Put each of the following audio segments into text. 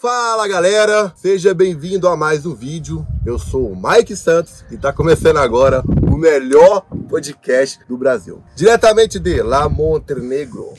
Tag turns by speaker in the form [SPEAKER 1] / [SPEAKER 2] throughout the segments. [SPEAKER 1] Fala galera, seja bem-vindo a mais um vídeo. Eu sou o Mike Santos e tá começando agora o melhor podcast do Brasil. Diretamente de La Montenegro.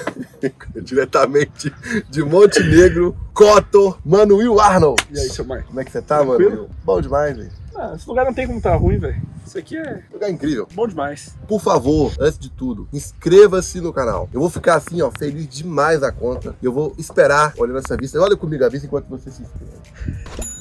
[SPEAKER 1] Diretamente de Montenegro, Coto, Manuel Arnold.
[SPEAKER 2] E aí, seu Mike?
[SPEAKER 1] Como é que você tá,
[SPEAKER 2] Tranquilo?
[SPEAKER 1] Manuel? Bom demais, velho.
[SPEAKER 2] Ah, esse lugar não tem como tá ruim, velho. Isso aqui é
[SPEAKER 1] Lugar incrível.
[SPEAKER 2] bom demais.
[SPEAKER 1] Por favor, antes de tudo, inscreva-se no canal. Eu vou ficar assim, ó, feliz demais da conta. Eu vou esperar olhando essa vista. Olha comigo a vista enquanto você se inscreve.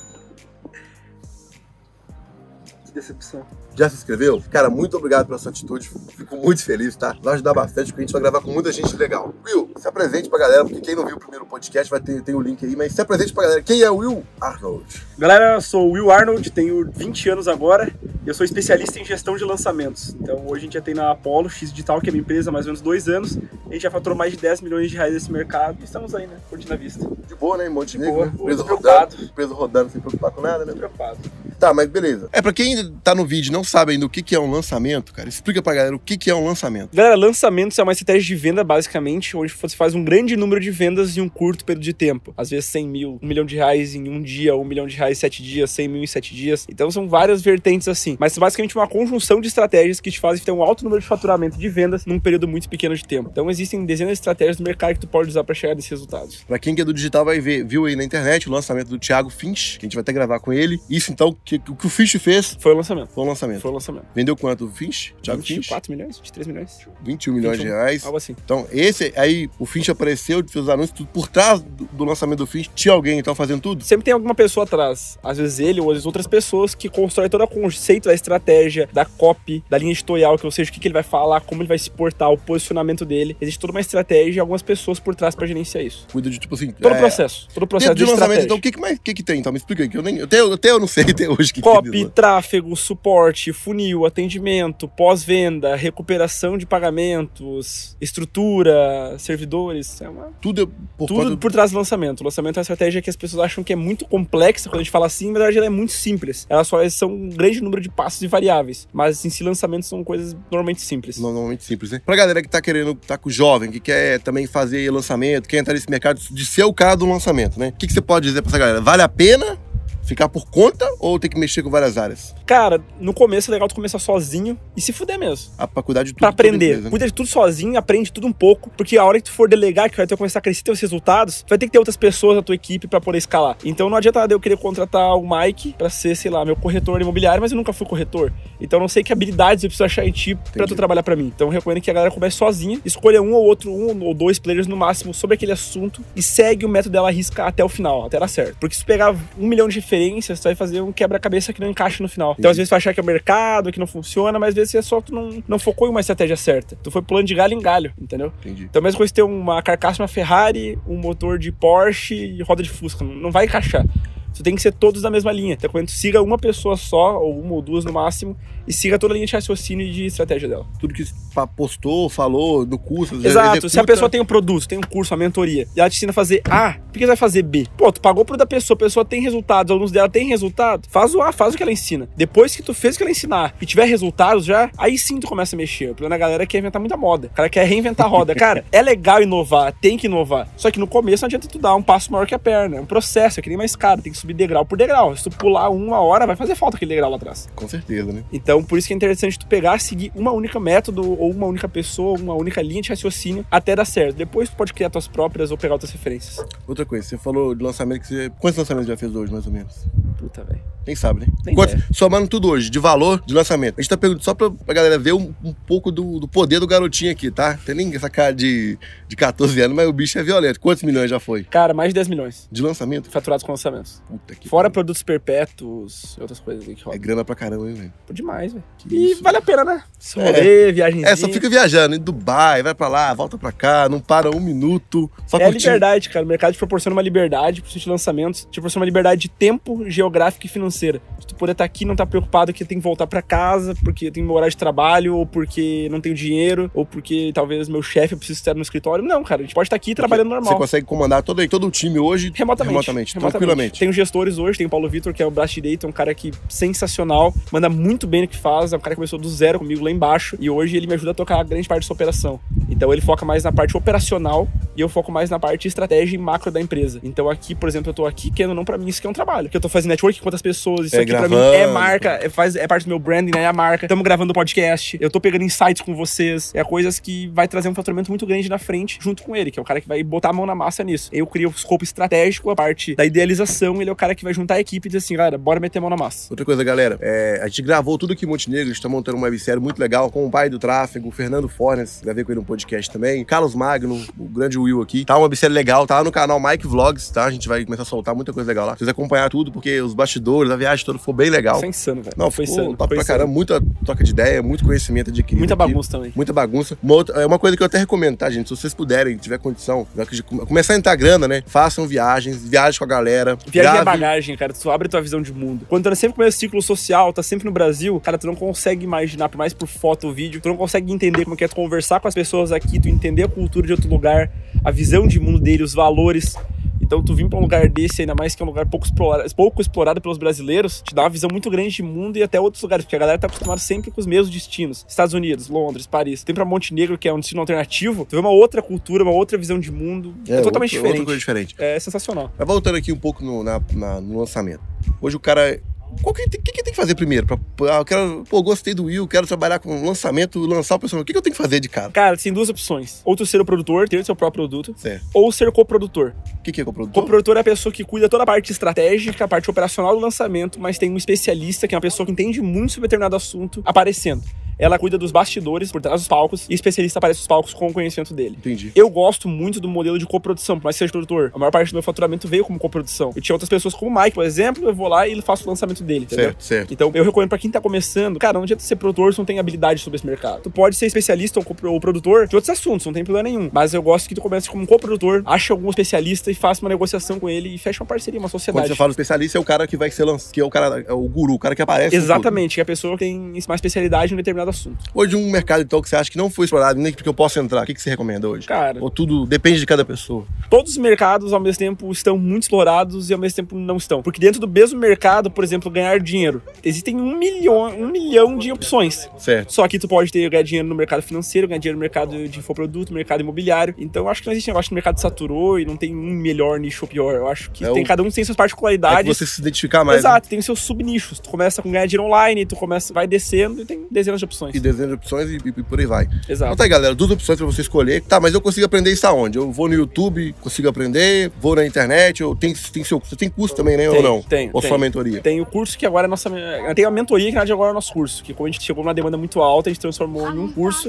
[SPEAKER 2] Que decepção.
[SPEAKER 1] Já se inscreveu? Cara, muito obrigado pela sua atitude. Fico muito feliz, tá? Vai ajudar bastante, porque a gente vai gravar com muita gente legal. Will, se apresente pra galera, porque quem não viu o primeiro podcast vai ter tem o link aí, mas se apresente pra galera. Quem é o Will Arnold?
[SPEAKER 2] Galera, eu sou o Will Arnold, tenho 20 anos agora e eu sou especialista em gestão de lançamentos. Então, hoje a gente já tem na Apollo X Digital, que é minha empresa, há mais ou menos dois anos. A gente já faturou mais de 10 milhões de reais nesse mercado e estamos aí, né? Curtindo a vista.
[SPEAKER 1] De boa, né? Em Montenegro.
[SPEAKER 2] Boa,
[SPEAKER 1] né?
[SPEAKER 2] boa,
[SPEAKER 1] Preso
[SPEAKER 2] tô preocupado.
[SPEAKER 1] rodando, preso rodando sem preocupar com nada, né?
[SPEAKER 2] Tô preocupado.
[SPEAKER 1] Tá, mas beleza. É, pra quem tá no vídeo e não sabe ainda o que, que é um lançamento, cara, explica pra galera o que, que é um lançamento.
[SPEAKER 2] Galera, lançamentos é uma estratégia de venda, basicamente, onde você faz um grande número de vendas em um curto período de tempo. Às vezes 100 mil, 1 milhão de reais em um dia, 1 milhão de reais em 7 dias, 100 mil em 7 dias. Então são várias vertentes assim. Mas é basicamente uma conjunção de estratégias que te fazem ter um alto número de faturamento de vendas num período muito pequeno de tempo. Então existem dezenas de estratégias do mercado que tu pode usar para chegar nesses resultados.
[SPEAKER 1] Pra quem que é do digital vai ver, viu aí na internet o lançamento do Thiago Finch, que a gente vai até gravar com ele. Isso então, que- o que o Finch fez
[SPEAKER 2] Foi o lançamento.
[SPEAKER 1] foi o lançamento.
[SPEAKER 2] Foi o lançamento.
[SPEAKER 1] Vendeu quanto o Finch? Thiago Finch?
[SPEAKER 2] 24 milhões? 23 milhões?
[SPEAKER 1] 21 milhões de
[SPEAKER 2] 21.
[SPEAKER 1] reais.
[SPEAKER 2] Algo assim.
[SPEAKER 1] Então, esse aí, o Finch apareceu, fez os anúncios, tudo. Por trás do, do lançamento do Finch, tinha alguém então fazendo tudo?
[SPEAKER 2] sempre tem alguma pessoa atrás. Às vezes ele ou às vezes outras pessoas que constroem todo o conceito da estratégia, da copy, da linha editorial, que ou seja, o que, que ele vai falar, como ele vai se portar, o posicionamento dele. Existe toda uma estratégia e algumas pessoas por trás pra gerenciar isso.
[SPEAKER 1] Cuida de, tipo assim.
[SPEAKER 2] Todo o
[SPEAKER 1] é,
[SPEAKER 2] processo. Todo o processo
[SPEAKER 1] Dentro
[SPEAKER 2] de
[SPEAKER 1] de lançamento,
[SPEAKER 2] estratégia.
[SPEAKER 1] então, o que, que mais que, que tem? Então, me explica aí, que eu nem. Até, eu- até eu não sei até hoje o que né? que tem
[SPEAKER 2] Copy,
[SPEAKER 1] lá.
[SPEAKER 2] tráfego, suporte, funil, atendimento, pós-venda, recuperação de pagamentos, estrutura, servidores. É uma
[SPEAKER 1] Tudo é por
[SPEAKER 2] Tudo
[SPEAKER 1] conta do-
[SPEAKER 2] por trás do lançamento. O lançamento é uma estratégia que as pessoas acham que é muito complexa quando a gente fala assim, mas na verdade ela é muito simples. Elas só são um grande número de passos e variáveis. Mas em si, lançamentos são coisas normalmente simples.
[SPEAKER 1] Normalmente simples, né? Pra galera que tá querendo, tá com jovem, que quer também fazer lançamento, quer entrar nesse mercado, de ser o cara do lançamento, né? O que, que você pode dizer pra essa galera? Vale a pena ficar por conta ou tem que mexer com várias áreas?
[SPEAKER 2] Cara, no começo é legal tu começar sozinho e se fuder mesmo.
[SPEAKER 1] A pra cuidar de tudo.
[SPEAKER 2] Pra
[SPEAKER 1] toda
[SPEAKER 2] aprender.
[SPEAKER 1] empresa, né?
[SPEAKER 2] Cuida de tudo sozinho, aprende tudo um pouco, porque a hora que tu for delegar, que vai ter que começar a crescer teus resultados, vai ter que ter outras pessoas na tua equipe pra poder escalar. Então não adianta nada eu querer contratar o Mike pra ser, sei lá, meu corretor imobiliário, mas eu nunca fui corretor. Então não sei que habilidades eu preciso achar em ti pra
[SPEAKER 1] Entendi.
[SPEAKER 2] tu trabalhar pra mim. Então eu recomendo que a galera comece sozinha, escolha um ou outro, um ou dois players no máximo sobre aquele assunto e segue o método dela risca até o final, até dar certo. Porque se tu pegar um milhão de referências, tu vai fazer um quebra-cabeça que não encaixa no final. Então às
[SPEAKER 1] Entendi.
[SPEAKER 2] vezes tu vai achar que é o mercado, que não funciona, mas às vezes é só tu não, não focou em uma estratégia certa. Tu foi pulando de galho em galho, entendeu?
[SPEAKER 1] Entendi.
[SPEAKER 2] Então, mesmo coisa ter uma carcaça, uma Ferrari, um motor de Porsche e roda de Fusca. Não- Não vai encaixar. Você tem que ser todos da mesma linha. Então, quando tu siga uma pessoa só, ou uma ou duas no máximo, e siga toda a linha de raciocínio e de estratégia dela.
[SPEAKER 1] Tudo que pa- postou, falou, no curso.
[SPEAKER 2] Exato. Se a
[SPEAKER 1] executa.
[SPEAKER 2] pessoa tem um produto, tem um curso, uma mentoria, e ela te ensina a fazer A, por que você vai fazer B? Pô, tu pagou pro da pessoa, a pessoa tem resultados, os alunos dela tem resultado, faz o A, faz o que ela ensina. Depois que tu fez o que ela ensinar e tiver resultados já, aí sim tu começa a mexer. O problema da galera é que quer inventar muita moda. O cara quer reinventar a roda. Cara, é legal inovar, tem que inovar. Só que no começo não adianta tu dar um passo maior que a perna. É um processo, é que nem uma escada, tem que subir degrau por degrau. Se tu pular uma hora, vai fazer falta aquele degrau lá atrás.
[SPEAKER 1] Com certeza, né?
[SPEAKER 2] Então, por isso que é interessante tu pegar, seguir uma única método, ou uma única pessoa, uma única linha de raciocínio, até dar certo. Depois tu pode criar tuas próprias ou pegar outras referências.
[SPEAKER 1] Outra coisa, você falou de lançamento que você. Quantos lançamentos já fez hoje, mais ou menos?
[SPEAKER 2] Puta, velho.
[SPEAKER 1] Nem sabe, né?
[SPEAKER 2] Nem
[SPEAKER 1] Quantos- somando tudo hoje, de valor, de lançamento. A gente tá perguntando só pra, pra galera ver um, um pouco do, do poder do garotinho aqui, tá? Tem nem essa cara de, de 14 anos, mas o bicho é violento. Quantos milhões já foi?
[SPEAKER 2] Cara, mais de 10 milhões
[SPEAKER 1] De lançamento?
[SPEAKER 2] faturados com lançamentos.
[SPEAKER 1] Puta que.
[SPEAKER 2] Fora
[SPEAKER 1] pariu.
[SPEAKER 2] produtos perpétuos e outras coisas aí que
[SPEAKER 1] É
[SPEAKER 2] rolam.
[SPEAKER 1] grana pra caramba, hein, velho?
[SPEAKER 2] Por É demais, velho.
[SPEAKER 1] Que
[SPEAKER 2] E
[SPEAKER 1] isso.
[SPEAKER 2] vale a pena, né? Se rolê, viagenzinha.
[SPEAKER 1] É, só fica viajando, em Dubai, vai pra lá, volta pra cá, não para um minuto. Só
[SPEAKER 2] É a
[SPEAKER 1] curtindo.
[SPEAKER 2] liberdade, cara. O mercado te proporciona uma liberdade pro de lançamentos, te proporciona uma liberdade de tempo, geográfica e financeira. De tu poder estar aqui e não estar preocupado que tem que voltar pra casa, porque tem meu horário de trabalho, ou porque não tenho dinheiro, ou porque talvez meu chefe precise estar no escritório. Não, cara, a gente pode estar aqui trabalhando normal.
[SPEAKER 1] Você consegue comandar todo, todo o time hoje
[SPEAKER 2] Remotamente,
[SPEAKER 1] remotamente, tranquilamente.
[SPEAKER 2] Tem os gestores hoje, tem o Paulo Vitor, que é o braço direito, é um cara que sensacional, manda muito bem no que faz, é um cara que começou do zero comigo lá embaixo, e hoje ele me ajuda a tocar grande parte da sua operação. Então ele foca mais na parte operacional e eu foco mais na parte estratégia e macro da empresa. Então aqui, por exemplo, eu tô aqui querendo não pra mim, isso aqui é um trabalho. Que eu tô fazendo network com outras pessoas, isso
[SPEAKER 1] É,
[SPEAKER 2] aqui pra mim
[SPEAKER 1] gravando.
[SPEAKER 2] é marca, é, faz, é parte do meu branding, né? É a marca. Estamos gravando podcast, eu tô pegando insights com vocês. É coisas que vai trazer um faturamento muito grande na frente junto com ele, que é o cara que vai botar a mão na massa nisso. Eu crio o escopo estratégico, a parte da idealização, ele é o cara que vai juntar a equipe e dizer assim, galera, bora meter a mão na massa.
[SPEAKER 1] Outra coisa, galera, é, a gente gravou tudo aqui em Montenegro, a gente tá montando uma websérie muito legal com o pai do tráfego, o Fernando Fornes, gravei com ele um podcast também, Carlos Magno, o grande Will aqui. Tá uma websérie legal, tá lá no canal Mike Vlogs, tá? A gente vai começar a soltar muita coisa legal lá. Vocês acompanhar tudo, porque os bastidores, a viagem toda foi bem legal.
[SPEAKER 2] Isso é insano, velho.
[SPEAKER 1] Não,
[SPEAKER 2] foi
[SPEAKER 1] foi
[SPEAKER 2] insano.
[SPEAKER 1] top
[SPEAKER 2] foi
[SPEAKER 1] pra
[SPEAKER 2] insano.
[SPEAKER 1] caramba, muita troca de ideia, muito conhecimento adquirido.
[SPEAKER 2] Muita
[SPEAKER 1] aqui.
[SPEAKER 2] bagunça também.
[SPEAKER 1] Muita bagunça. Uma, outra- é uma coisa que eu até recomendo, tá, gente? Se vocês puderem, tiver condição, já que de come- começar a entrar grana, né? Façam viagens, viajem com a galera.
[SPEAKER 2] Viagem é
[SPEAKER 1] grave-
[SPEAKER 2] bagagem, cara. Tu abre tua visão de mundo. Quando tu tá sempre com esse ciclo social, tá sempre no Brasil, cara, tu não consegue imaginar, por mais por foto ou vídeo, tu não consegue entender como é que é tu conversar com as pessoas aqui, tu entender a cultura de outro lugar, a visão de mundo dele, os valores. Então, tu vir pra um lugar desse, ainda mais que é um lugar pouco explorado, pouco explorado pelos brasileiros, te dá uma visão muito grande de mundo e até outros lugares, porque a galera tá acostumada sempre com os mesmos destinos. Estados Unidos, Londres, Paris. Tem pra Montenegro, que é um destino alternativo, tu vê uma outra cultura, uma outra visão de mundo. É, totalmente
[SPEAKER 1] outra- Outra
[SPEAKER 2] diferente.
[SPEAKER 1] coisa diferente.
[SPEAKER 2] É sensacional.
[SPEAKER 1] Mas voltando aqui um pouco no, na- na- no lançamento. Hoje o cara. O que, que, que tem que fazer primeiro? Pra, pra- ah, eu quero, pô, gostei do Will, quero trabalhar com lançamento, lançar o personagem. O que, que eu tenho que fazer de cara?
[SPEAKER 2] Cara, tem duas opções. Ou tu ser o produtor, ter o seu próprio produto,
[SPEAKER 1] Certo.
[SPEAKER 2] ou ser coprodutor.
[SPEAKER 1] O que, que é que eu produzo?
[SPEAKER 2] Coprodutor é a pessoa que cuida toda a parte estratégica, a parte operacional do lançamento, mas tem um especialista, que é uma pessoa que entende muito sobre determinado assunto, aparecendo. Ela cuida dos bastidores, por trás dos palcos, e o especialista aparece nos palcos com o conhecimento dele.
[SPEAKER 1] Entendi.
[SPEAKER 2] Eu gosto muito do modelo de coprodução, por mais que seja produtor. A maior parte do meu faturamento veio como coprodução. Eu tinha outras pessoas como o Mike, por exemplo, eu vou lá e faço o lançamento dele, entendeu?
[SPEAKER 1] Certo, certo.
[SPEAKER 2] Então, eu recomendo pra quem tá começando, cara, não adianta ser produtor se não tem habilidade sobre esse mercado. Tu pode ser especialista ou, co- ou produtor de outros assuntos, não tem problema nenhum. Mas eu gosto que tu comece como um coprodutor, ache algum especialista e faça uma negociação com ele e feche uma parceria, uma
[SPEAKER 1] Quando
[SPEAKER 2] sociedade.
[SPEAKER 1] você fala especialista, é o cara que vai ser lançado, que é o cara, é o guru, o cara que aparece. em tudo.
[SPEAKER 2] Exatamente, que a pessoa tem mais especialidade em um determinado assunto.
[SPEAKER 1] Hoje, um mercado, então, que você acha que não foi explorado, nem que eu posso entrar. O que, que você recomenda hoje?
[SPEAKER 2] Cara,
[SPEAKER 1] Ou tudo depende de cada pessoa.
[SPEAKER 2] todos os mercados ao mesmo tempo estão muito explorados e ao mesmo tempo não estão. Porque dentro do mesmo mercado, por exemplo, ganhar dinheiro, existem um milhão, um milhão de opções.
[SPEAKER 1] Certo. É
[SPEAKER 2] Só que tu pode ter ganhar dinheiro no mercado financeiro, ganhar dinheiro no mercado de infoproduto, mercado imobiliário. Então eu acho que não existe negócio que o mercado saturou e não tem um melhor nicho ou pior. Eu acho que
[SPEAKER 1] É
[SPEAKER 2] tem,
[SPEAKER 1] o-
[SPEAKER 2] cada um tem suas
[SPEAKER 1] É que
[SPEAKER 2] particularidades.
[SPEAKER 1] você se identificar mais. né?
[SPEAKER 2] Exato, tem os seus subnichos. Tu começa com ganhar dinheiro online, tu começa, vai descendo e tem dezenas de opções.
[SPEAKER 1] E desenho de opções e, e por aí vai. Então
[SPEAKER 2] Exato.
[SPEAKER 1] tá aí, galera, duas opções pra você escolher. Tá, mas eu consigo aprender isso aonde? Eu vou no YouTube, consigo aprender, vou na internet, eu tem, tem seu, você tem curso também, né? ou
[SPEAKER 2] Tem,
[SPEAKER 1] não?
[SPEAKER 2] tem,
[SPEAKER 1] Ou
[SPEAKER 2] tem.
[SPEAKER 1] só mentoria?
[SPEAKER 2] Tem o curso que agora é nossa. Tem a mentoria que na verdade agora é o nosso curso. Que quando a gente chegou numa demanda muito alta, a gente transformou em um curso.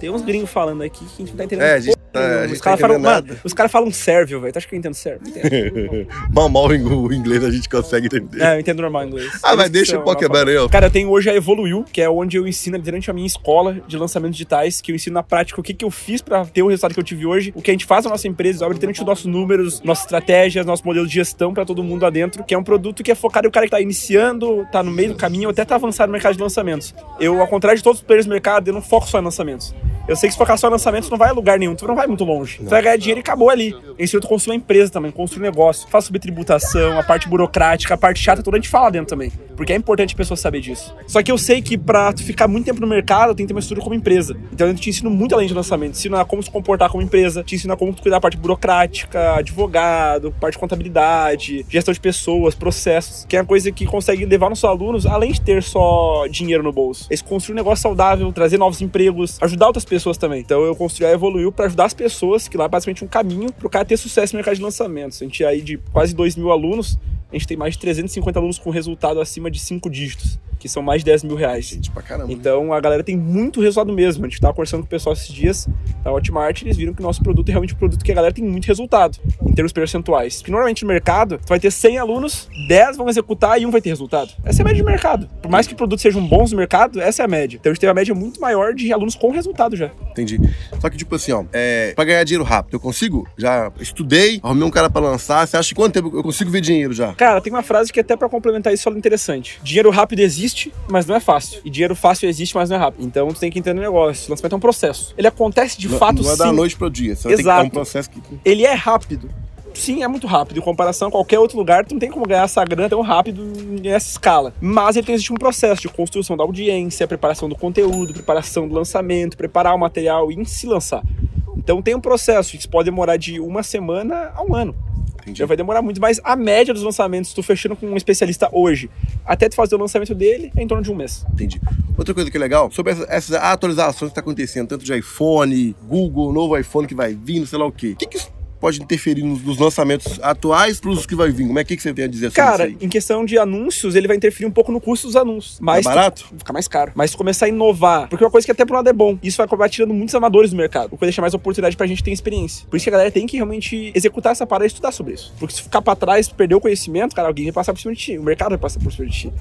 [SPEAKER 2] Tem uns gringos falando aqui que a gente não tá entendendo.
[SPEAKER 1] É, a gente
[SPEAKER 2] porra
[SPEAKER 1] tá- a
[SPEAKER 2] nenhuma.
[SPEAKER 1] gente
[SPEAKER 2] os
[SPEAKER 1] tá
[SPEAKER 2] caras falam,
[SPEAKER 1] entendendo
[SPEAKER 2] mano,
[SPEAKER 1] nada.
[SPEAKER 2] os caras falam sérvio, velho. Tu acha que eu entendo sérvio? Entendo.
[SPEAKER 1] Mal, mal o ing- o inglês a gente consegue entender.
[SPEAKER 2] É, eu entendo normal inglês.
[SPEAKER 1] Ah, mas
[SPEAKER 2] Eles que
[SPEAKER 1] deixa
[SPEAKER 2] são
[SPEAKER 1] o Pokémon aí, ó.
[SPEAKER 2] Cara, eu tenho hoje a Evoluiu, que é onde eu ensino durante a minha escola de lançamentos digitais, que eu ensino na prática o que, que eu fiz pra ter o resultado que eu tive hoje, o que a gente faz na nossa empresa, obviamente os nossos números, nossas estratégias, nosso modelo de gestão pra todo mundo lá dentro, que é um produto que é focado no cara que tá iniciando, tá no meio do caminho, até tá avançado no mercado de lançamentos. Eu, ao contrário de todos os players do mercado, eu não foco só em lançamentos. Eu sei que se focar só em lançamentos não vai a lugar nenhum, tu não vai muito longe. Tu vai ganhar dinheiro e acabou ali. Eu ensino tu a construir uma empresa também, construir um negócio. Faço sobre tributação, a parte burocrática, a parte chata, toda a gente fala dentro também. Porque é importante a pessoa saber disso. Só que eu sei que pra tu ficar muito tempo no mercado, tem que ter uma estrutura como empresa. Então eu te ensino muito além de lançamento. Te ensino a como se comportar como empresa, te ensino a como tu cuidar da parte burocrática, advogado, parte de contabilidade, gestão de pessoas, processos. Que é uma coisa que consegue levar nossos alunos, além de ter só dinheiro no bolso. Eles construem um negócio saudável, trazer novos empregos, ajudar outras pessoas também. Então eu construí a Evoluiu pra ajudar as pessoas, que lá é basicamente um caminho pro cara ter sucesso no mercado de lançamentos. A gente é aí de quase 2 mil alunos, a gente tem mais de 350 alunos com resultado acima de 5 dígitos, que são mais de 10 mil reais.
[SPEAKER 1] Gente, pra caramba.
[SPEAKER 2] Então a galera tem muito resultado mesmo. A gente tava conversando com o pessoal esses dias da Hotmart, eles viram que o nosso produto é realmente um produto que a galera tem muito resultado em termos percentuais. Porque normalmente no mercado, tu vai ter 100 alunos, 10 vão executar e um vai ter resultado. Essa é a média de mercado. Por mais que produtos sejam bons no mercado, essa é a média. Então a gente tem uma média muito maior de alunos com resultado já.
[SPEAKER 1] Entendi. Só que, tipo assim, ó, é, pra ganhar dinheiro rápido, eu consigo? Já estudei, arrumei um cara pra lançar. Você acha que quanto tempo eu consigo ver dinheiro já?
[SPEAKER 2] Cara, tem uma frase que até pra complementar isso ela é interessante. Dinheiro rápido existe, mas não é fácil. E dinheiro fácil existe, mas não é rápido. Então tu tem que entender o negócio. O lançamento é um processo. Ele acontece de
[SPEAKER 1] Não-
[SPEAKER 2] fato
[SPEAKER 1] não é
[SPEAKER 2] sim.
[SPEAKER 1] da noite pro dia. Você vai ter que-
[SPEAKER 2] Exato.
[SPEAKER 1] é um processo que.
[SPEAKER 2] Ele é rápido. sim, é muito rápido. Em comparação a qualquer outro lugar, tu não tem como ganhar essa grana tão rápido nessa escala. Mas ele tem existe um processo de construção da audiência, preparação do conteúdo, preparação do lançamento, preparar o material e em se lançar. Então tem um processo, isso pode demorar de uma semana a um ano.
[SPEAKER 1] Entendi.
[SPEAKER 2] Já vai demorar muito, mas a média dos lançamentos, tu fechando com um especialista hoje, até tu fazer o lançamento dele, é em torno de um mês.
[SPEAKER 1] Entendi. Outra coisa que é legal, sobre essas, essas atualizações que está acontecendo, tanto de iPhone, Google, novo iPhone que vai vir, não sei lá o quê. O que, que isso pode interferir nos, nos lançamentos atuais para os que vai vir? Como é que, que você tem a dizer sobre
[SPEAKER 2] Cara,
[SPEAKER 1] isso aí?
[SPEAKER 2] em questão de anúncios, ele vai interferir um pouco no custo dos anúncios.
[SPEAKER 1] é
[SPEAKER 2] Mas tu-
[SPEAKER 1] barato?
[SPEAKER 2] fica mais caro. Mas se começar a inovar, porque é uma coisa que até pro lado é bom. Isso vai acabar tirando muitos amadores do mercado, o que deixa mais oportunidade pra gente ter experiência. Por isso que a galera tem que realmente executar essa parada e estudar sobre isso. Porque se ficar pra trás, perder o conhecimento, cara, alguém vai passar por cima de ti, o mercado vai passar por cima de ti.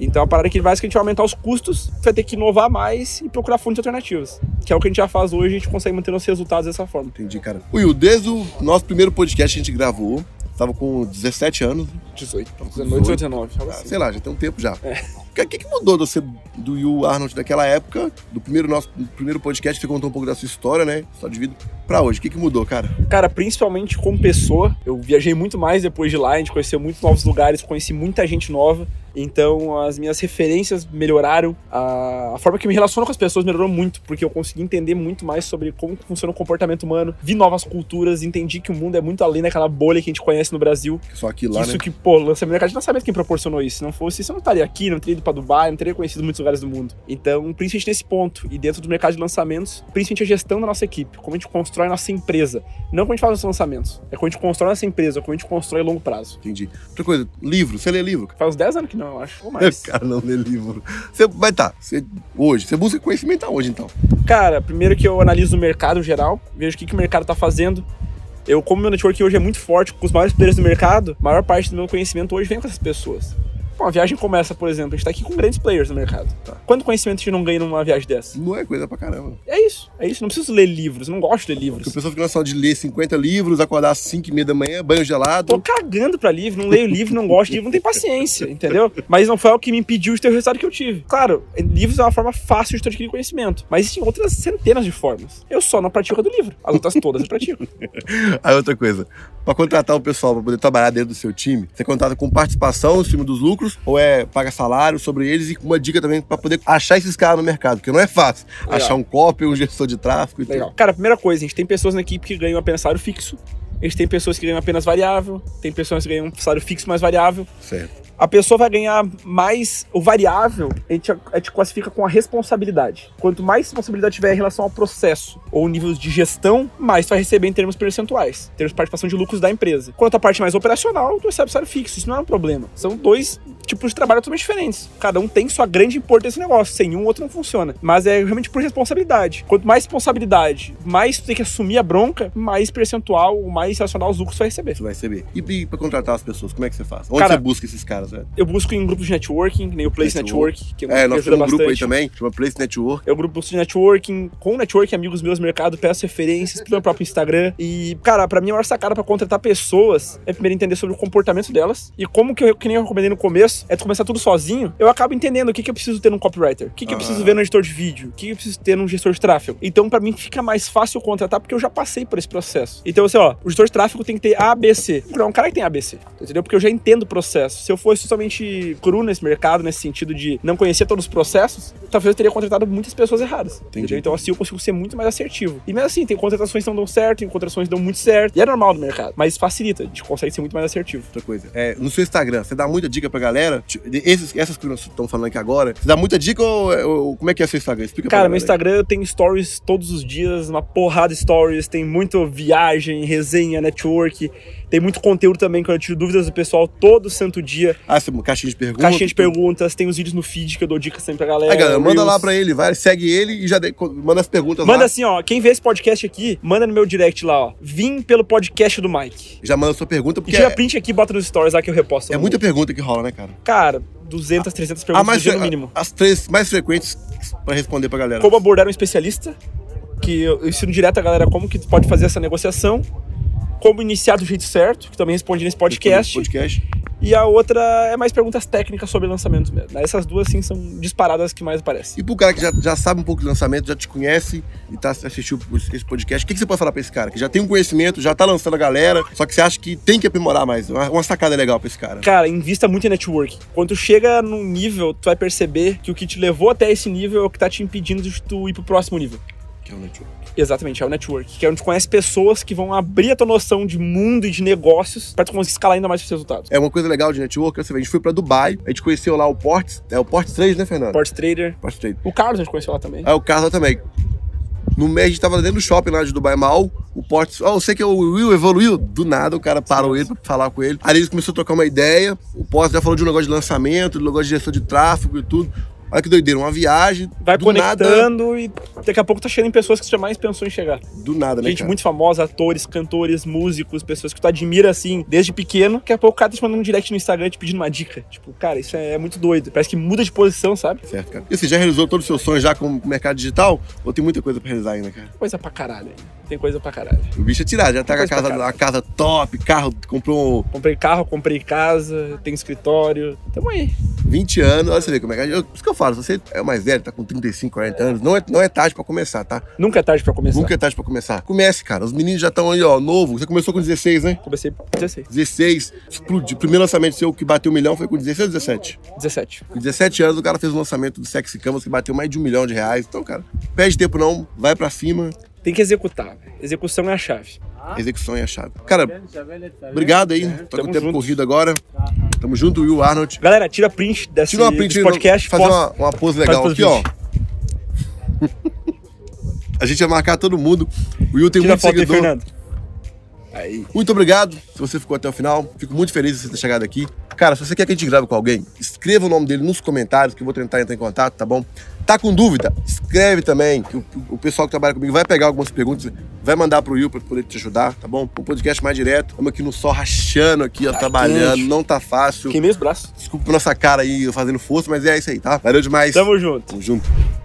[SPEAKER 2] Então a parada que basicamente vai aumentar os custos, tu vai ter que inovar mais e procurar fontes alternativas. Que é o que a gente já faz hoje, a gente consegue manter nossos resultados dessa forma.
[SPEAKER 1] Entendi, cara. Will, desde o nosso primeiro podcast que a gente gravou, tava com 17 anos, né?
[SPEAKER 2] 18, 19,
[SPEAKER 1] 18,
[SPEAKER 2] 19, algo assim.
[SPEAKER 1] sei lá, já tem um tempo já. O que, que, que mudou de você, do Will Arnold daquela época, do primeiro nosso do primeiro podcast, você contou um pouco da sua história, né? Só de vida, pra hoje. O que, que mudou, cara?
[SPEAKER 2] Cara, principalmente como pessoa, eu viajei muito mais depois de lá, a gente conheceu muitos novos lugares, conheci muita gente nova. Então as minhas referências melhoraram, a, a forma que eu me relaciono com as pessoas melhorou muito, porque eu consegui entender muito mais sobre como que funciona o comportamento humano, vi novas culturas, entendi que o mundo é muito além daquela bolha que a gente conhece no Brasil.
[SPEAKER 1] Só aqui lá,
[SPEAKER 2] isso
[SPEAKER 1] né?
[SPEAKER 2] que, pô, lançamento mercado de lançamento quem proporcionou isso. Se não fosse isso, eu não estaria aqui, não teria ido pra Dubai, não teria conhecido muitos lugares do mundo. Então, principalmente nesse ponto, e dentro do mercado de lançamentos, principalmente a gestão da nossa equipe, como a gente constrói a nossa empresa. Não como a gente faz os lançamentos, é como a gente constrói a nossa empresa, como a gente constrói a longo prazo.
[SPEAKER 1] Entendi. Outra coisa, livro. Você lê livro, cara?
[SPEAKER 2] Faz uns 10 anos que não, eu acho. Ou mais.
[SPEAKER 1] Cara, não lê livro. Você vai tá. Você, hoje, você busca conhecimento aonde, então?
[SPEAKER 2] Cara, primeiro que eu analiso o mercado geral, vejo o que, que o mercado tá fazendo. Eu, como meu network hoje é muito forte com os maiores players do mercado, a maior parte do meu conhecimento hoje vem com essas pessoas. Bom, a viagem começa, por exemplo, a gente tá aqui com grandes players no mercado. Quanto conhecimento a gente não ganha numa viagem dessa?
[SPEAKER 1] Não é coisa pra caramba.
[SPEAKER 2] É isso, é isso. Não preciso ler livros, não gosto de
[SPEAKER 1] Porque
[SPEAKER 2] ler
[SPEAKER 1] o
[SPEAKER 2] livros.
[SPEAKER 1] pessoal fica na sala de ler 50 livros, acordar às 5 e meia da manhã, banho
[SPEAKER 2] Tô
[SPEAKER 1] gelado.
[SPEAKER 2] cagando pra livro, não leio livro, não gosto de livro, não tenho paciência, entendeu? Mas não foi o que me impediu de ter o resultado que eu tive. Claro, livros é uma forma fácil de tu adquirir conhecimento, mas existem outras centenas de formas. Eu só não pratico a do livro, as outras todas eu pratico.
[SPEAKER 1] Aí outra coisa, pra contratar o pessoal pra poder trabalhar dentro do seu time, você contrata com participação em cima dos lucros, ou é paga salário sobre eles e uma dica também pra poder achar esses caras no mercado, porque não é fácil.
[SPEAKER 2] Legal.
[SPEAKER 1] Achar um copy, um gestor de tráfego e
[SPEAKER 2] Legal.
[SPEAKER 1] tudo.
[SPEAKER 2] Cara, primeira coisa, a gente tem pessoas na equipe que ganham apenas salário fixo. A gente tem pessoas que ganham apenas variável, tem pessoas que ganham um salário fixo mais variável.
[SPEAKER 1] Certo.
[SPEAKER 2] A pessoa vai ganhar mais o variável, a gente, a gente classifica com a responsabilidade. Quanto mais responsabilidade tiver em relação ao processo ou níveis de gestão, mais tu vai receber em termos percentuais, em termos de participação de lucros da empresa. Quanto à parte mais operacional, tu recebe salário fixo, isso não é um problema. São dois tipos de trabalho totalmente diferentes. Cada um tem sua grande importância no negócio, sem um o outro não funciona. Mas é realmente por responsabilidade. Quanto mais responsabilidade, mais tu tem que assumir a bronca, mais percentual, ou mais relacional aos lucros tu vai receber.
[SPEAKER 1] Você vai receber. E, e pra contratar as pessoas, como é que você faz? Onde
[SPEAKER 2] Cara-
[SPEAKER 1] você busca esses caras, velho?
[SPEAKER 2] Eu busco em grupos de networking, que nem o Place
[SPEAKER 1] Network.
[SPEAKER 2] Network, que é um
[SPEAKER 1] É,
[SPEAKER 2] grupo que
[SPEAKER 1] nós
[SPEAKER 2] ajuda
[SPEAKER 1] temos um
[SPEAKER 2] bastante.
[SPEAKER 1] grupo aí também, chama Place Network.
[SPEAKER 2] É o grupo de networking, com networking, amigos meus do mercado, peço referências pro meu próprio Instagram. E, cara, pra mim a maior sacada pra contratar pessoas é primeiro entender sobre o comportamento delas. E como que eu, que nem eu recomendei no começo, é tu começar tudo sozinho, eu acabo entendendo o que, que eu preciso ter num copywriter, o que, que eu preciso
[SPEAKER 1] Ah.
[SPEAKER 2] ver num editor de vídeo, o que, que eu preciso ter num gestor de tráfego. Então, pra mim, fica mais fácil contratar porque eu já passei por esse processo. Então, assim, ó, o gestor de tráfego tem que ter ABC. Não, um cara que tem ABC, entendeu? Porque eu já entendo o processo. Se eu fosse totalmente cru nesse mercado, nesse sentido de não conhecer todos os processos, talvez eu teria contratado muitas pessoas erradas.
[SPEAKER 1] Entendi.
[SPEAKER 2] Entendeu? Então, assim, eu consigo ser muito mais assertivo. E mesmo assim, tem contratações que não dão certo, tem contratações que dão muito certo. E é normal no mercado, mas facilita, a gente consegue ser muito mais assertivo.
[SPEAKER 1] Outra coisa, é, no seu Instagram, você dá muita dica pra galera? Tipo, Esses, essas que nós estamos falando aqui agora, você dá muita dica ou, ou- como é que é seu Instagram? Explica pra
[SPEAKER 2] Cara, meu
[SPEAKER 1] galera aí.
[SPEAKER 2] Instagram tem stories todos os dias, uma porrada de stories, tem muito viagem, resenha, network, tem muito conteúdo também que eu tiro dúvidas do pessoal todo santo dia.
[SPEAKER 1] Ah, você, caixinha de perguntas.
[SPEAKER 2] Caixinha de perguntas, tem os vídeos no feed que eu dou dicas sempre pra galera.
[SPEAKER 1] Aí, galera, manda
[SPEAKER 2] Reels.
[SPEAKER 1] lá pra ele, vai, segue ele e já de- co- manda as perguntas
[SPEAKER 2] Manda
[SPEAKER 1] lá.
[SPEAKER 2] assim, ó, quem vê esse podcast aqui, manda no meu direct lá, ó. Vim pelo podcast do Mike.
[SPEAKER 1] Já manda sua pergunta,
[SPEAKER 2] E
[SPEAKER 1] porque
[SPEAKER 2] tira
[SPEAKER 1] é,
[SPEAKER 2] print aqui e bota nos stories lá que eu reposto.
[SPEAKER 1] é muita pergunta que rola, né, cara?
[SPEAKER 2] Cara, 200, 300
[SPEAKER 1] Ah,
[SPEAKER 2] perguntas por
[SPEAKER 1] mais
[SPEAKER 2] dia
[SPEAKER 1] fre-
[SPEAKER 2] no mínimo.
[SPEAKER 1] As três mais frequentes pra responder pra galera.
[SPEAKER 2] Como abordar um especialista, que eu eu ensino direto a galera como que tu pode fazer essa negociação. Como iniciar do jeito certo, que também respondi nesse podcast.
[SPEAKER 1] Podcast.
[SPEAKER 2] e a outra é mais perguntas técnicas sobre lançamentos mesmo. né? Essas duas, assim, são disparadas as que mais aparecem.
[SPEAKER 1] E pro cara que já, já sabe um pouco de lançamento, já te conhece e tá assistindo esse podcast, o que, que você pode falar pra esse cara? Que já tem um conhecimento, já tá lançando a galera, só que você acha que tem que aprimorar mais. Uma, uma sacada legal pra esse cara.
[SPEAKER 2] Cara, invista muito em network. Quando tu chega num nível, tu vai perceber que o que te levou até esse nível é o que tá te impedindo de tu ir pro próximo nível.
[SPEAKER 1] Que é o network.
[SPEAKER 2] Exatamente, é o network, que é onde tu conhece pessoas que vão abrir a tua noção de mundo e de negócios pra tu conseguir escalar ainda mais os teus resultados.
[SPEAKER 1] É uma coisa legal de network, é o seguinte, a gente foi pra Dubai, a gente conheceu lá o Ports, é o Ports 3, né, Fernando?
[SPEAKER 2] Port Trader.
[SPEAKER 1] Ports 3.
[SPEAKER 2] O Carlos a gente conheceu lá também.
[SPEAKER 1] Aí o Carlos lá também. No mês a gente tava dentro do shopping lá de Dubai Mall, o Portes, ó, eu sei que é o Will evoluiu. Do nada o cara parou ele pra falar com ele. Aí eles começaram a trocar uma ideia. O Portes já falou de um negócio de lançamento, de um negócio de gestão de tráfego e tudo. Olha que doideira, uma viagem.
[SPEAKER 2] Vai
[SPEAKER 1] do Nada,
[SPEAKER 2] conectando e daqui a pouco tá chegando em pessoas que tu jamais pensou em chegar.
[SPEAKER 1] do nada, né?
[SPEAKER 2] Gente
[SPEAKER 1] cara?
[SPEAKER 2] muito famosa, atores, cantores, músicos, pessoas que tu admira assim desde pequeno. Daqui a pouco o cara tá te mandando um direct no Instagram te pedindo uma dica. Tipo, cara, isso é muito doido. Parece que muda de posição, sabe?
[SPEAKER 1] Certo, cara. E você já realizou todos os seus sonhos já com o mercado digital? Ou tem muita coisa pra realizar ainda, cara?
[SPEAKER 2] Coisa pra caralho. ainda. Tem coisa pra caralho.
[SPEAKER 1] O bicho é tirado, já tá com a
[SPEAKER 2] Coisa pra
[SPEAKER 1] casa,
[SPEAKER 2] caralho.
[SPEAKER 1] a casa top, carro, comprou um
[SPEAKER 2] Comprei carro, comprei casa, tenho escritório. Tamo aí.
[SPEAKER 1] 20 anos, olha você vê como é que é. Eu- Por isso que eu falo, se você é mais velho, tá com 35, 40 anos, não é, não é tarde pra começar, tá?
[SPEAKER 2] Nunca é tarde pra começar.
[SPEAKER 1] Nunca é tarde pra começar. Comece, cara. Os meninos já estão aí, ó, novo. Você começou com 16, né?
[SPEAKER 2] Comecei com 16,
[SPEAKER 1] 16, explodiu. O primeiro lançamento seu que bateu um milhão foi com 16 ou 17?
[SPEAKER 2] 17.
[SPEAKER 1] Com 17 anos, o cara fez um lançamento do Sexy Camas que bateu mais de um milhão de reais. Então, cara, perde tempo não, vai pra cima.
[SPEAKER 2] Tem que executar. velho. Execução é a chave.
[SPEAKER 1] Execução é a chave.
[SPEAKER 2] Tá
[SPEAKER 1] Cara, obrigado aí. Tô com
[SPEAKER 2] Tamo Tá.
[SPEAKER 1] o tempo
[SPEAKER 2] junto.
[SPEAKER 1] corrido agora. Tamo junto, Will Arnold.
[SPEAKER 2] Galera, tira print desse
[SPEAKER 1] Tira uma print
[SPEAKER 2] desse
[SPEAKER 1] aí,
[SPEAKER 2] podcast.
[SPEAKER 1] fazer
[SPEAKER 2] posta.
[SPEAKER 1] uma, uma pose
[SPEAKER 2] Faz
[SPEAKER 1] legal
[SPEAKER 2] pros
[SPEAKER 1] aqui, ó. A gente vai marcar todo mundo. O Will tem
[SPEAKER 2] Tira a
[SPEAKER 1] muito
[SPEAKER 2] foto aí,
[SPEAKER 1] um seguidor.
[SPEAKER 2] Fernando. Aí.
[SPEAKER 1] Muito obrigado se você ficou até o final. Fico muito feliz de você ter chegado aqui. Cara, se você quer que a gente grave com alguém, escreva o nome dele nos comentários que eu vou tentar entrar em contato, tá bom? Tá com dúvida? Escreve também, que o, o pessoal que trabalha comigo vai pegar algumas perguntas, vai mandar pro Will pra poder te ajudar, tá bom? Um podcast mais direto. Estamos aqui no sol rachando aqui, ó, trabalhando,
[SPEAKER 2] quente.
[SPEAKER 1] não tá fácil.
[SPEAKER 2] Queimei os braços.
[SPEAKER 1] Desculpa a nossa cara aí eu fazendo força, mas é isso aí, tá? Valeu demais.
[SPEAKER 2] Tamo junto.
[SPEAKER 1] Tamo junto.